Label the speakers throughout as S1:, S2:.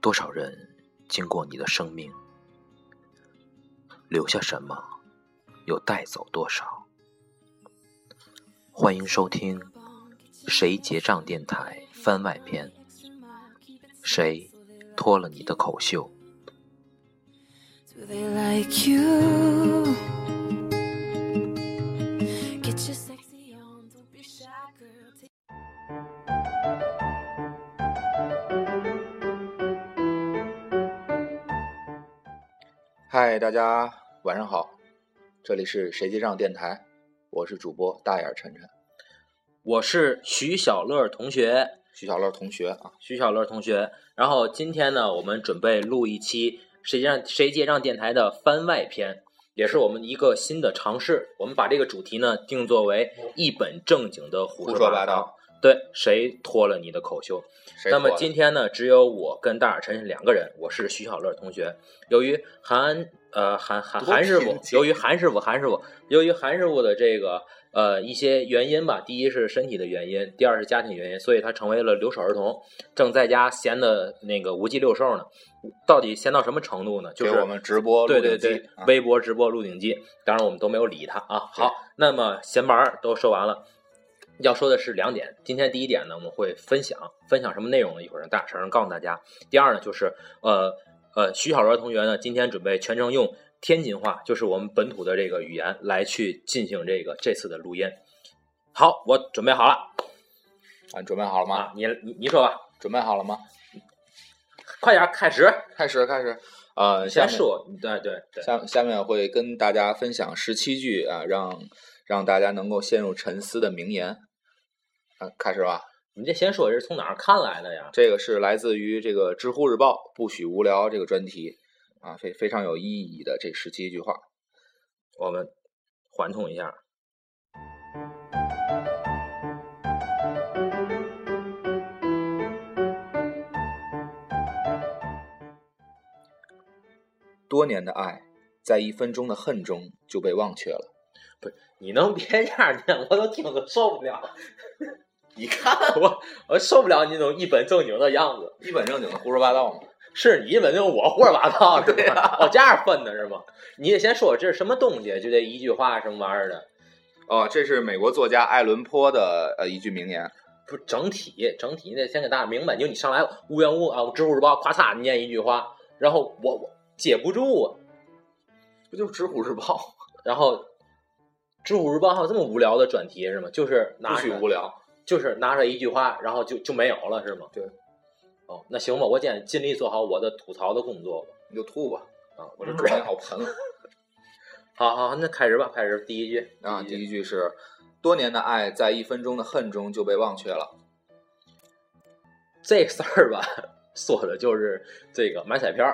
S1: 多少人经过你的生命，留下什么，又带走多少？欢迎收听《谁结账电台》番外篇，谁脱了你的口袖？
S2: Do they like you? Get your sexy on, don't be shy, girl. Take
S3: 嗨，大家晚上好，这里是谁结账电台，我是主播大眼儿晨晨，
S4: 我是徐小乐同学，
S3: 徐小乐同学啊，
S4: 徐小乐同学。然后今天呢，我们准备录一期《谁结账谁结账》电台的番外篇，也是我们一个新的尝试。我们把这个主题呢定作为一本正经的胡
S3: 胡说八
S4: 八
S3: 道。
S4: 对，谁脱了你的口袖？
S3: 谁
S4: 那么
S3: 错了
S4: 今天呢，只有我跟大耳晨晨两个人，我是徐小乐同学。由于韩呃韩韩
S3: 多
S4: 韩师
S3: 平
S4: 傅，
S3: 静
S4: 由于韩师傅韩师傅，由于韩师傅的这个呃一些原因吧，第一是身体的原因，第二是家庭原因，所以他成为了留守儿童，正在家闲的那个无鸡六兽呢。到底闲到什么程度呢？就是
S3: 给我们直播录
S4: 对
S3: 影
S4: 对
S3: 机
S4: 对
S3: 啊，
S4: 微博直播《鹿鼎记》，当然我们都没有理他啊。
S3: 对
S4: 好，那么闲玩儿都说完了，要说的是两点。今天第一点呢，我们会分享分享什么内容呢？一会儿让大婶儿告诉大家。第二呢，就是呃呃，徐小罗同学呢，今天准备全程用天津话，就是我们本土的这个语言来去进行这个这次的录音。好，我准备好了
S3: 啊，你准备好了吗？
S4: 啊，你你你说吧，
S3: 准备好了吗？
S4: 快点儿开始。
S3: 开始开始，呃，下
S4: 先
S3: 面
S4: 是我，对对对，
S3: 下下面会跟大家分享十七句啊，让让大家能够陷入沉思的名言。啊，开始吧。
S4: 你这先说这是从哪儿看来的呀？
S3: 这个是来自于这个知乎日报“不许无聊”这个专题啊，非非常有意义的这十七句话。
S4: 我们缓冲一下。
S3: 多年的爱，在一分钟的恨中就被忘却了。
S4: 你能别这样念，我都听着受不了。 你看我，我受不了你那种一本正经的样子。
S3: 一本正经的胡说八道嘛。
S4: 是你一本正经，我胡说八道是吧？哦，这样分的是吗？你得先说我这是什么东西，就这一句话什么玩意儿的。
S3: 哦，这是美国作家艾伦坡的呃一句名言。
S4: 不是整体，整体你得先给大家明白，就你上来无缘无故啊，我知乎日报咔嚓念一句话，然后我我接不住啊，
S3: 不就是《知乎日 报
S4: 然后知乎日报还有这么无聊的专题是吗？就是》拿
S3: 不许
S4: 出来
S3: 无聊。
S4: 就是拿出来一句话，然后就就没有了，是吗？
S3: 对。
S4: 哦，那行吧，我今天尽力做好我的吐槽的工作吧。
S3: 你就吐吧，
S4: 啊，
S3: 我
S4: 我
S3: 这
S4: 就
S3: 准备嗯好喷了。
S4: 好好，那开始吧，开始第一句
S3: 啊，第
S4: 一句
S3: 一句是多年的爱在一分钟的恨中就被忘却了。
S4: 这事儿吧， 说的就是这个买彩票。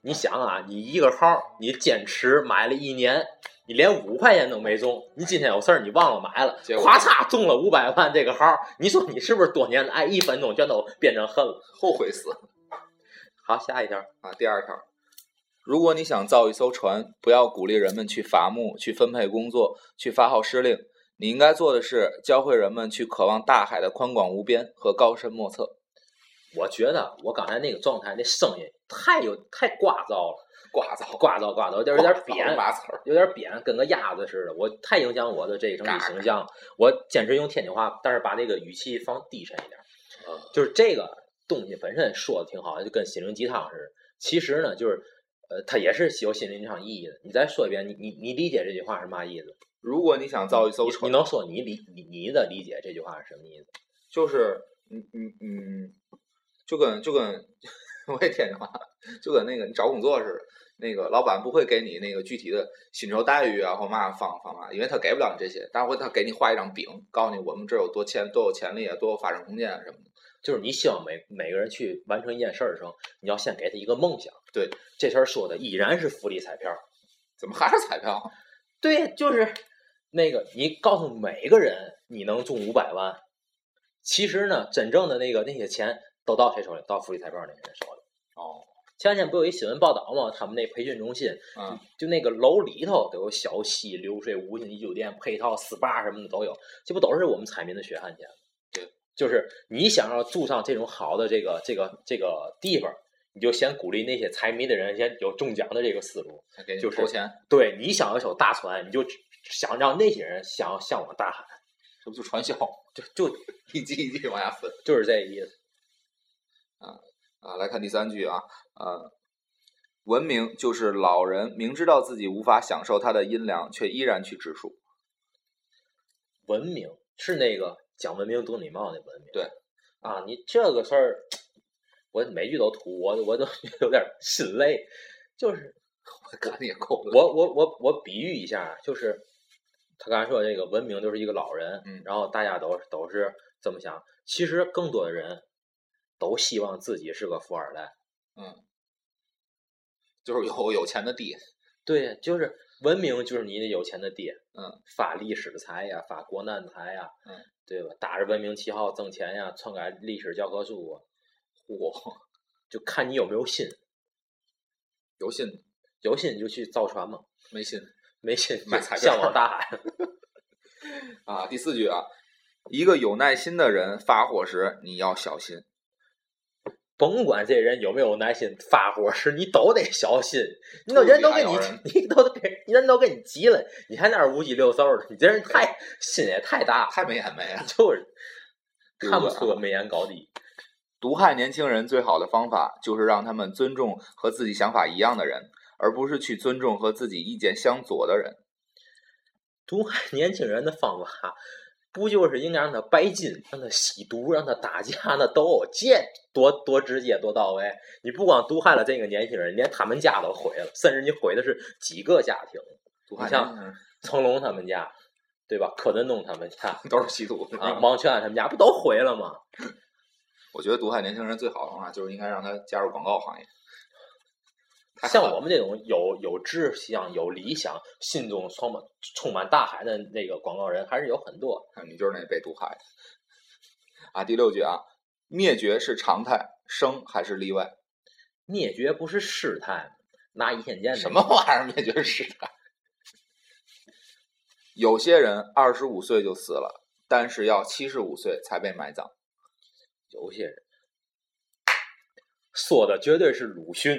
S4: 你想啊，你一个号，你坚持买了一年，你连五块钱都没中，你今天有事儿你忘了买了，
S3: 结果
S4: 咵嚓中了五百万这个号，你说你是不是多年的爱一分钟全都变成恨了？
S3: 后悔死
S4: 好，下一条，
S3: 啊！第二条，如果你想造一艘船，不要鼓励人们去伐木、去分配工作、去发号施令。你应该做的是教会人们去渴望大海的宽广无边和高深莫 测。
S4: 我觉得我刚才那个状态，那声音太有太聒噪了，
S3: 聒噪，
S4: 聒噪聒噪，有点有点
S3: 聒噪
S4: 扁，
S3: 麻刺儿。
S4: 有点扁，跟个鸭子似的。我太影响我的这整
S3: 嘎
S4: 体
S3: 嘎
S4: 形象了。我坚持用天津话，但是把那个语气放低沉一点。
S3: 啊
S4: 就是这个东西本身说的挺好，就跟心灵鸡汤似的。其实呢，就是呃，它也是有心灵鸡汤意义的。你再说一遍，你你你理解这句话是嘛意思？
S3: 如果你想造一艘
S4: 你
S3: 船，
S4: 你能说你理你你的理解这句话是什么意思？
S3: 就是嗯嗯嗯，就跟 就跟我也天津话，就跟那个你找工作似的，那个老板不会给你那个具体的薪酬待遇啊或嘛方方法，因为他给不了你这些，但会他给你画一张饼，告诉你我们这儿有多潜多有潜力啊，多有发展空间啊什么的。
S4: 就是你希望每每个人去完成一件事儿的时候，你要先给他一个梦想。
S3: 对，
S4: 这事儿说的依然是福利彩票。
S3: 怎么还是彩票？啊
S4: 对，就是那个，你告诉每个人你能中五百万，其实呢，真正的那个那些钱都到谁手里？到福利彩票那些人手里。
S3: 哦，
S4: 前两天不有一新闻报道吗？他们那培训中心，
S3: 嗯，
S4: 就那个楼里头都有小溪、流水、五星级酒店、配套 SPA 什么的都有，这不都是我们彩民的血汗钱吗？
S3: 对，
S4: 就是你想要住上这种好的这个这个这个地方，你就先鼓励那些财迷的人先有中奖的这个思路。
S3: 他给你
S4: 就是
S3: 投钱，
S4: 对你想要有大船，你就只想让那些人想要向往大海，
S3: 这不就传销？
S4: 就就
S3: 一级一级往下分
S4: 就是这个意思。
S3: 啊！来看第三句啊，呃，文明就是老人明知道自己无法享受它的阴凉，却依然去植树。
S4: 文明是那个讲文明懂礼貌那文明。
S3: 对，
S4: 啊，你这个事儿，我每句都吐，我我都觉得有点心累。就是
S3: 我看你也够了。
S4: 我我我我比喻一下，啊就是他刚才说的这个文明就是一个老人，
S3: 嗯
S4: 然后大家都都是这么想。其实更多的人都希望自己是个富二代。
S3: 就是有有钱的地，
S4: 对，就是文明就是你得有钱的爹，
S3: 嗯，
S4: 发历史财呀，发国难财呀，
S3: 嗯，
S4: 对吧？打着文明旗号挣钱呀，篡改历史教科书啊，嚯，就看你有没有心，
S3: 有心
S4: 有心就去造船嘛，
S3: 没心
S4: 没心
S3: 买
S4: 就
S3: 彩票
S4: 向往大海。
S3: 啊！第四句啊，一个有耐心的人发火时你要小心。
S4: 甭管这人有没有耐心，发火时你都得小心。 你都
S3: 注意
S4: 人都
S3: 还
S4: 给
S3: 咬
S4: 你
S3: 人，
S4: 你都给人都给你急了，你还那儿五脊六兽的，你这人太心也太大，
S3: 太没眼没了。
S4: 就是
S3: 对
S4: 看
S3: 不
S4: 不
S3: 对
S4: 出
S3: 啊
S4: 个眉眼高低。
S3: 毒害年轻人最好的方法就是让他们尊重和自己想法一样的人，而不是去尊重和自己意见相左的人。
S4: 毒害年轻人的方法，不就是应该让他拜金，让他吸毒，让他打架，让他斗殴，这多多直接多到位。你不光毒害了这个年轻人，连他们家都毁了，甚至你毁的是几个家庭，
S3: 毒
S4: 害
S3: 害
S4: 年
S3: 年
S4: 轻
S3: 轻人啊
S4: 成龙他们家，对吧？柯震东他们家，
S3: 都是吸毒的。
S4: 啊，王全安他们家不都毁了吗？
S3: 我觉得毒害年轻人最好的方法就是应该让他加入广告行业。太
S4: 像
S3: 狠了
S4: 我们这种有有志向、有理想、心中充满充满大海的那个广告人，还是有很多。
S3: 啊你就是那被毒害的。啊，第六句啊，灭绝是常态，生还是例外？
S4: 灭绝不是试探，拿一线剑
S3: 什么玩意儿？灭绝是常态？有些人二十五岁就死了，但是要七十五岁才被埋葬。
S4: 有些人说的绝对是鲁迅。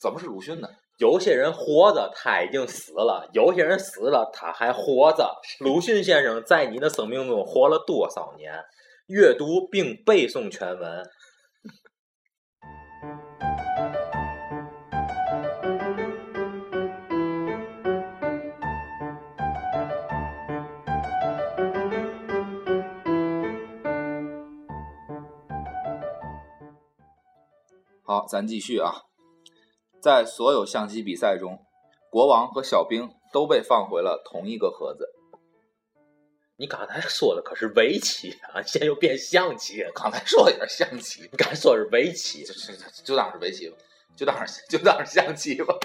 S3: 怎么是鲁迅呢？
S4: 有些人活着他已经死了，有些人死了他还活着。鲁迅先生在你的生命中活了多少年？阅读并背诵全文。
S3: 好，咱继续啊。在所有象棋比赛中，国王和小兵都被放回了同一个盒子。
S4: 你刚才说的可是围棋啊， 现在又变象棋了。
S3: 刚才说的也是象棋，
S4: 你刚才说的是围棋，
S3: 就就就就当是围棋吧，就当是就当是象棋吧。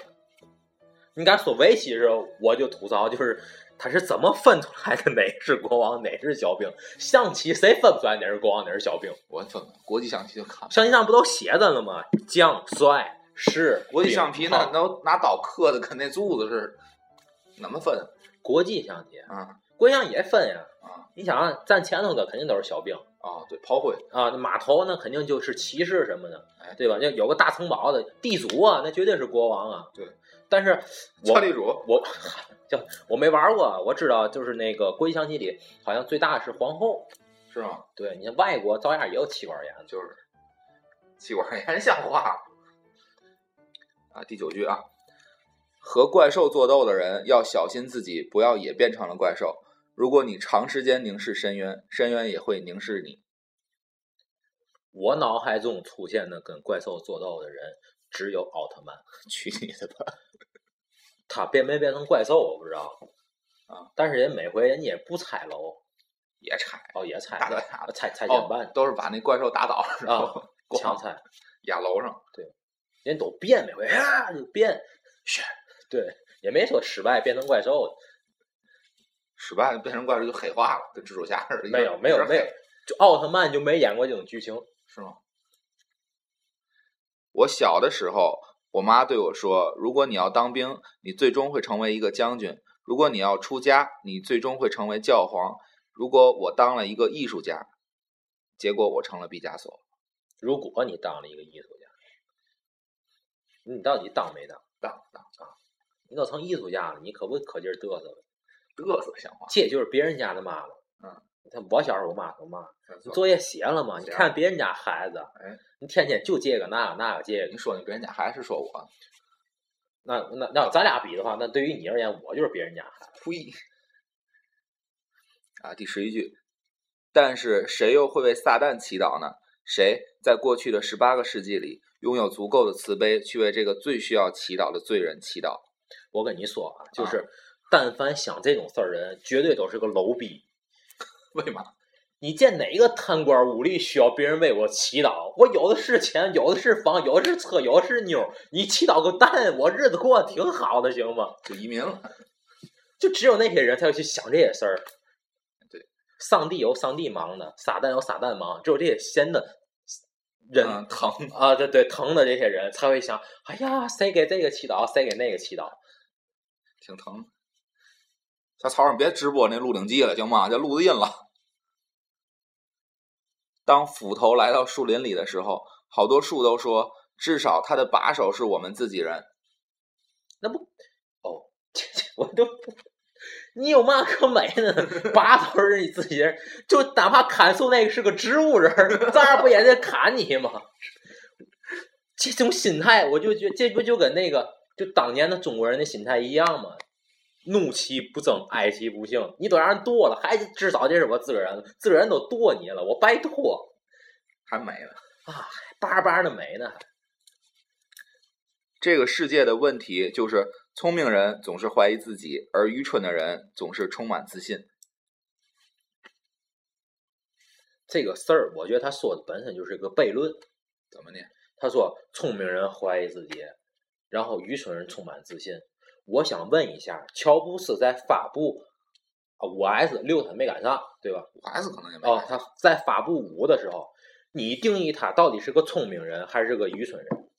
S4: 你刚才说围棋的时候，我就吐槽，就是他是怎么分出来的哪是国王，哪是小兵？象棋谁分不出来哪是国王，哪是小兵？
S3: 我分了国际象棋就看了，
S4: 象棋上不都写着了吗？将帅士。
S3: 国际象棋
S4: 呢？
S3: 那都拿刀刻的跟那柱子似的，怎么分
S4: 国际象棋，
S3: 啊？
S4: 国际象也分呀。
S3: 啊
S4: 你想啊，站前头的肯定都是小兵
S3: 哦，对，炮灰
S4: 啊，那码头呢肯定就是骑士什么的
S3: 哎，
S4: 对吧？那有个大城堡的地主啊，那绝对是国王啊。
S3: 对，
S4: 但是我
S3: 俏地主
S4: 我 就我没玩过，啊我知道就是那个国际象棋里好像最大的是皇后。
S3: 是吗？
S4: 对，你像外国照样也有妻管严的，
S3: 就是气管炎像话吗啊。第九句啊，和怪兽作斗的人要小心自己，不要也变成了怪兽。如果你长时间凝视深渊，深渊也会凝视你。
S4: 我脑海中出现的跟怪兽作斗的人只有奥特曼，
S3: 去你的吧！
S4: 他变没变成怪兽我不知道
S3: 啊，
S4: 但是人每回人家也不拆楼，
S3: 也拆
S4: 哦也拆
S3: 大对大
S4: 拆拆
S3: 哦
S4: 减半，
S3: 都是把那怪兽打倒，然 后
S4: 啊强
S3: 咣
S4: 拆，
S3: 压楼上。
S4: 人都变每回啊就变，是，对，也没说失败变成怪兽，
S3: 失败了变成怪兽就黑化了，跟蜘蛛侠似的。
S4: 没有没有
S3: 一直
S4: 没
S3: 黑
S4: 有，就奥特曼就没演过这种剧情，
S3: 是吗？我小的时候，我妈对我说：“如果你要当兵，你最终会成为一个将军；如果你要出家，你最终会成为教皇；如果我当了一个艺术家，结果我成了毕加索。
S4: 如果你当了一个艺术家，你到底当没当？
S3: 当当
S4: 你都成艺术家了，你可不可劲儿嘚瑟了？
S3: 嘚瑟像话，
S4: 这就是别人家的妈了。
S3: 嗯，
S4: 你看我小时候我妈都骂，
S3: 真
S4: 你
S3: 错。
S4: 作业写了吗？你
S3: 写了
S4: 看别人家孩子
S3: 哎，
S4: 你天天就这个那个那个这
S3: 你
S4: 个，
S3: 说你别人家还是说我啊
S4: 那那那咱俩比的话，那对于你而言，我就是别人家孩子。
S3: 呸！啊，第十一句，但是谁又会为撒旦祈祷呢？谁在过去的十八个世纪里拥有足够的慈悲，去为这个最需要祈祷的罪人祈祷？
S4: 我跟你说啊，就
S3: 啊
S4: 是但凡想这种事儿人，绝对都是个 low 逼。
S3: 为嘛？
S4: 你见哪个贪官污吏需要别人为我祈祷？我有的是钱，有的是房，有的是车，有的是妞儿，你祈祷个蛋！我日子过得挺好的，行吗？
S3: 就移民了。
S4: 就只有那些人才会去想这些事儿。
S3: 对，
S4: 上帝有上帝忙的，撒旦有撒旦忙，只有这些闲的人
S3: 嗯，疼。
S4: 啊，对对，疼的这些人才会想，哎呀，谁给这个祈祷，谁给那个祈祷。
S3: 挺疼。小曹，你别直播那《鹿鼎记》了，行吗？这录的音了。当斧头来到树林里的时候，好多树都说，至少它的把手是我们自己人。
S4: 那不，哦， 这这我都不，你有嘛可美的呢？拔头是你自己人，就哪怕砍树那个是个植物人儿，这样不也得砍你吗？ 这种心态，我就觉这不就跟那个就当年的中国人的心态一样吗？怒其不争，哀其不幸。你都让人剁了，还至少这是我自个儿人，自个儿人都剁你了，我白剁，
S3: 还没了。
S4: 巴巴的美呢。
S3: 这个世界的问题就是，聪明人总是怀疑自己，而愚蠢的人总是充满自信。
S4: 这个事儿，我觉得他说的本身就是一个悖论。
S3: 怎么念？
S4: 他说：“聪明人怀疑自己，然后愚蠢人充满自信。”我想问一下，乔布斯在发布啊五 S 六他没赶上，对吧？
S3: 我还是可能也没
S4: 哦，他在发布五的时候，你定义他到底是个聪明人还是个愚蠢人？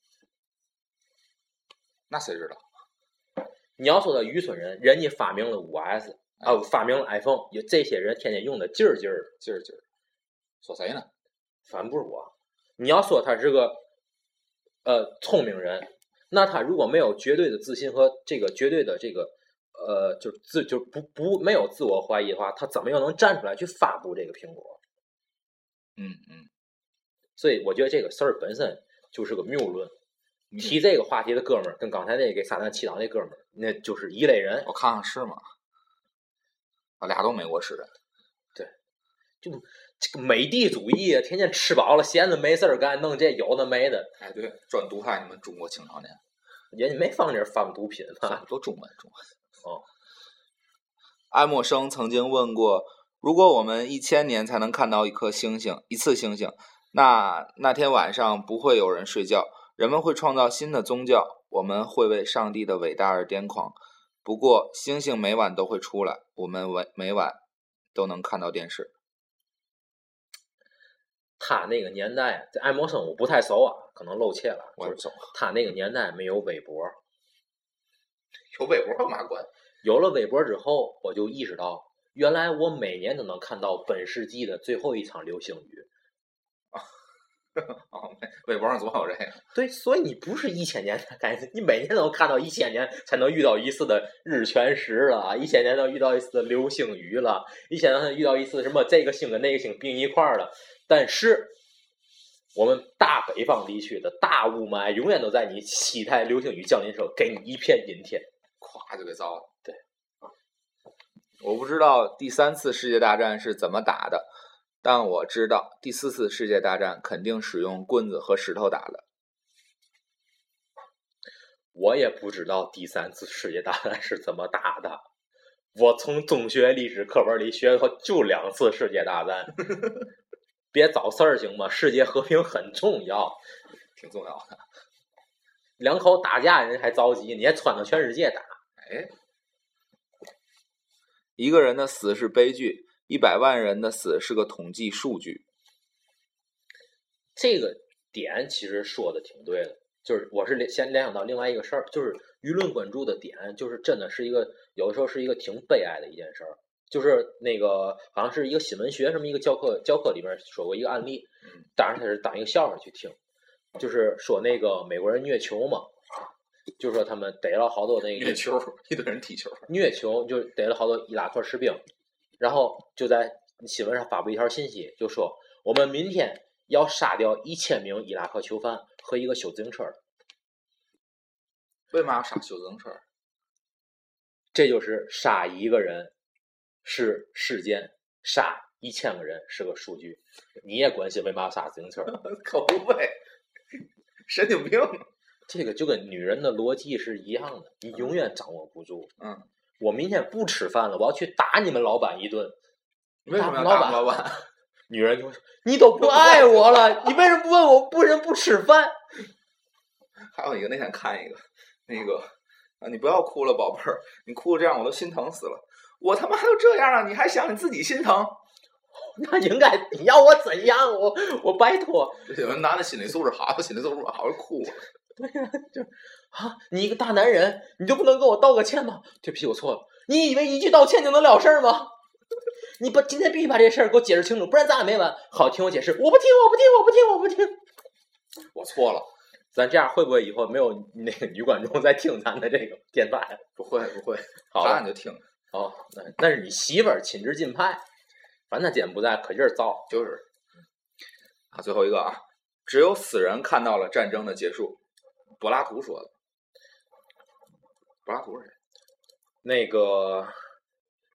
S3: 那谁知道？
S4: 你要说他愚蠢人，人家发明了五 S 啊，发明了 iPhone，有这些人天天用的劲儿劲儿的，
S3: 今儿今儿说谁呢？
S4: 反正不是我。你要说他是个呃聪明人，那他如果没有绝对的自信和这个绝对的这个呃，就是自就是不不没有自我怀疑的话，他怎么又能站出来去发布这个苹果？
S3: 嗯嗯，
S4: 所以我觉得这个事儿本身就是个谬论。
S3: 嗯
S4: 提这个话题的哥们儿，跟刚才那个给撒旦祈祷那哥们儿，那就是一类人。
S3: 我看看是吗？啊，俩都美国吃的。
S4: 这个美帝主义啊，天天吃饱了闲着没事儿干，弄这有的没的，
S3: 哎，对，专毒害你们中国青少年，
S4: 人家没放这儿贩毒品
S3: 算
S4: 嘛
S3: 了。都中文中文。
S4: 哦，
S3: 爱默生曾经问过，如果我们一千年才能看到一颗星星，一次星星，那那天晚上不会有人睡觉，人们会创造新的宗教，我们会为上帝的伟大而癫狂。不过，星星每晚都会出来，我们每每晚都能看到电视。
S4: 他那个年代，这爱默生我不太熟啊，可能露怯了。
S3: 我
S4: 就是
S3: 走，
S4: 他那个年代没有微博，
S3: 有微博干嘛关？
S4: 有了微博之后，我就意识到，原来我每年都能看到本世纪的最后一场流星雨。
S3: 哦，微博上总有这个。
S4: 对，所以你不是一千年才看一次，你每年都能看到一千年才能遇到一次的日全食了，一千年能遇到一次的流星雨了，一千年能遇到一次什么这个星跟那个星并一块儿了。但是，我们大北方地区的大雾霾永远都在你期待流星雨降临的时候，给你一片阴天。
S3: 咵就给造了。
S4: 对，
S3: 我不知道第三次世界大战是怎么打的，但我知道第四次世界大战肯定使用棍子和石头打的。
S4: 我也不知道第三次世界大战是怎么打的。我从中学历史课本里学过就两次世界大战，别找事儿行吗？世界和平很重要。
S3: 挺重要的。
S4: 两口打架人还着急，你还撺掇全世界打。
S3: 哎，一个人的死是悲剧，一百万人的死是个统计数据。
S4: 这个点其实说的挺对的，就是我是联先联想到另外一个事儿，就是舆论关注的点，就是真的是一个有的时候是一个挺悲哀的一件事儿，就是那个好像是一个新闻学什么一个教课教课里面说过一个案例
S3: 嗯，
S4: 当然他是当一个笑话去听，就是说那个美国人虐囚嘛，就说他们逮了好多那个
S3: 虐球，一堆人踢球，
S4: 虐囚，就逮了好多伊拉克士兵，然后就在新闻上发布一条信息，就说我们明天要杀掉一千名伊拉克囚犯和一个修自行车的。
S3: 为嘛要杀修自行车？
S4: 这就是杀一个人是事件，杀一千个人是个数据。你也关心为嘛要杀自行车？
S3: 可不呗，神经病！
S4: 这个就跟女人的逻辑是一样的，你永远掌握不住。
S3: 嗯，
S4: 我明天不吃饭了，我要去打你们老板一顿。
S3: 为什么要
S4: 老
S3: 打老板？
S4: 女人就会说：“你都不爱我了，你为什么不问我为什么不吃饭
S3: 还有一个那天看一个，那个啊，你不要哭了，宝贝儿，你哭这样我都心疼死了。我他妈都这样啊了，你还想你自己心疼？？”
S4: 那应该你要我怎样？我我拜托
S3: 有的男的心理素质好， 心理素质不好就哭了。
S4: 啊！你一个大男人，你就不能跟我道个歉吗？对不起，我错了。你以为一句道歉就能了事儿吗？ 你把今天必须把这事儿给我解释清楚，不然咱俩没完。好，听我解释，我不听，我不听，我不听，我不听。
S3: 我错了，
S4: 咱这样会不会以后没有那个女观众在听咱的这个电台？
S3: 不会不会，
S4: 好
S3: 咱俩
S4: 吧，
S3: 就听，
S4: 哦，那那是你媳妇儿亲之近派，反正她今天不在，可劲儿造。
S3: 就是啊，最后一个啊，只有死人看到了战争的结束，柏拉图说的。柏拉图是谁？
S4: 那个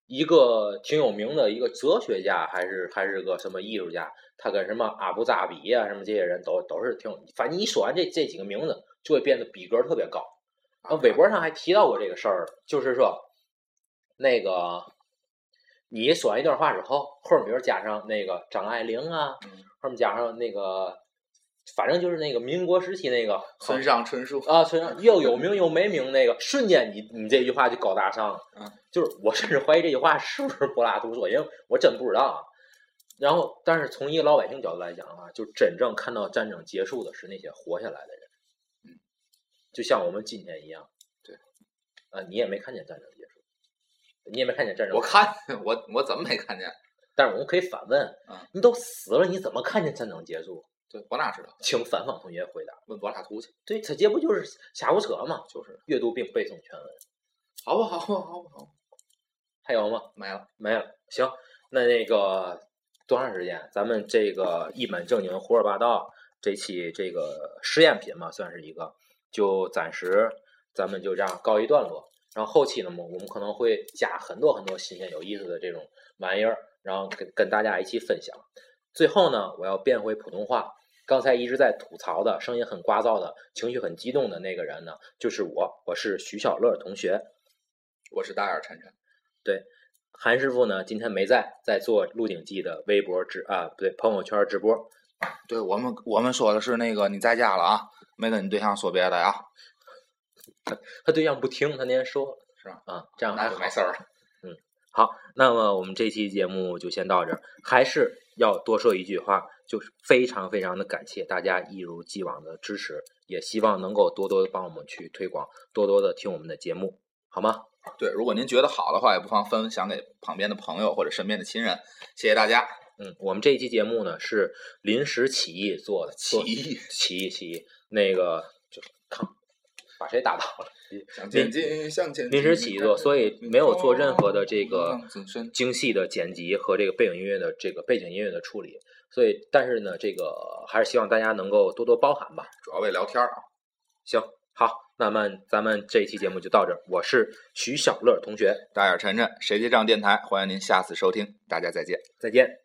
S4: 一个挺有名的一个哲学家，还是还是个什么艺术家，他跟什么阿布扎比啊呀、什么这些人都都是挺有，反正你说完这这几个名字，就会变得逼格特别高。然后微博上还提到过这个事儿，就是说那个你说完一段话之后，后面比如加上那个张爱玲啊，
S3: 嗯
S4: 后面加上那个，反正就是那个民国时期那个
S3: 村上春树。
S4: 啊，村上又有名又没名那个，瞬间你你这句话就高大上了。
S3: 嗯，
S4: 就是我甚至怀疑这句话是不是柏拉图说，因为我真不知道啊。然后，但是从一个老百姓角度来讲啊，就真正看到战争结束的是那些活下来的人，
S3: 嗯，
S4: 就像我们今天一样。
S3: 对，
S4: 啊，你也没看见战争结束，你也没看见战争。
S3: 我，看我我怎么没看见？
S4: 但是我们可以反问
S3: 嗯，
S4: 你都死了，你怎么看见战争结束？
S3: 对我哪知道？
S4: 请反方同学回答。
S3: 问柏拉图去，
S4: 对，他这不就是瞎胡扯吗？
S3: 就是
S4: 阅读并背诵全文，
S3: 好不好？好不好？好不好？
S4: 还有吗？
S3: 没了。
S4: 没了。行，那那个多长时间？啊咱们这个一本正经胡说八道这期这个实验品嘛，算是一个，就暂时咱们就这样告一段落。然后后期呢，我们我们可能会加很多很多新鲜有意思的这种玩意儿，然后跟跟大家一起分享。最后呢，我要变回普通话。刚才一直在吐槽的，声音很聒噪的，情绪很激动的那个人呢，就是我，我是徐小乐同学。
S3: 我是大眼馋馋，
S4: 韩师傅呢，今天没在，在做《鹿鼎记》的微博直啊，不对，朋友圈直播。
S3: 对我们我们说的是那个你在家了啊，没跟你对象说别的啊，
S4: 他对象不听，他那天说了
S3: 是吧？
S4: 啊，这样还
S3: 那就
S4: 好
S3: 没事儿了。
S4: 好，那么我们这期节目就先到这儿，还是要多说一句话，就是非常非常的感谢大家一如既往的支持，也希望能够多多的帮我们去推广，多多的听我们的节目，好吗？
S3: 对，如果您觉得好的话，也不妨分享给旁边的朋友或者身边的亲人。谢谢大家，
S4: 嗯，我们这一期节目呢是临时起意做的，
S3: 起
S4: 做
S3: 义
S4: 起义起义，那个就看把谁打倒了。
S3: 向前进，向前进。
S4: 临时起意做，所以没有做任何的这个精细的剪辑和这个背景音乐的这个背景音乐的处理。所以，但是呢，这个还是希望大家能够多多包涵吧。
S3: 主要为聊天儿啊。
S4: 行，好，那么咱们这一期节目就到这儿。我是徐小乐同学，
S3: 大眼馋馋，谁结账电台？欢迎您下次收听，大家再见。
S4: 再见。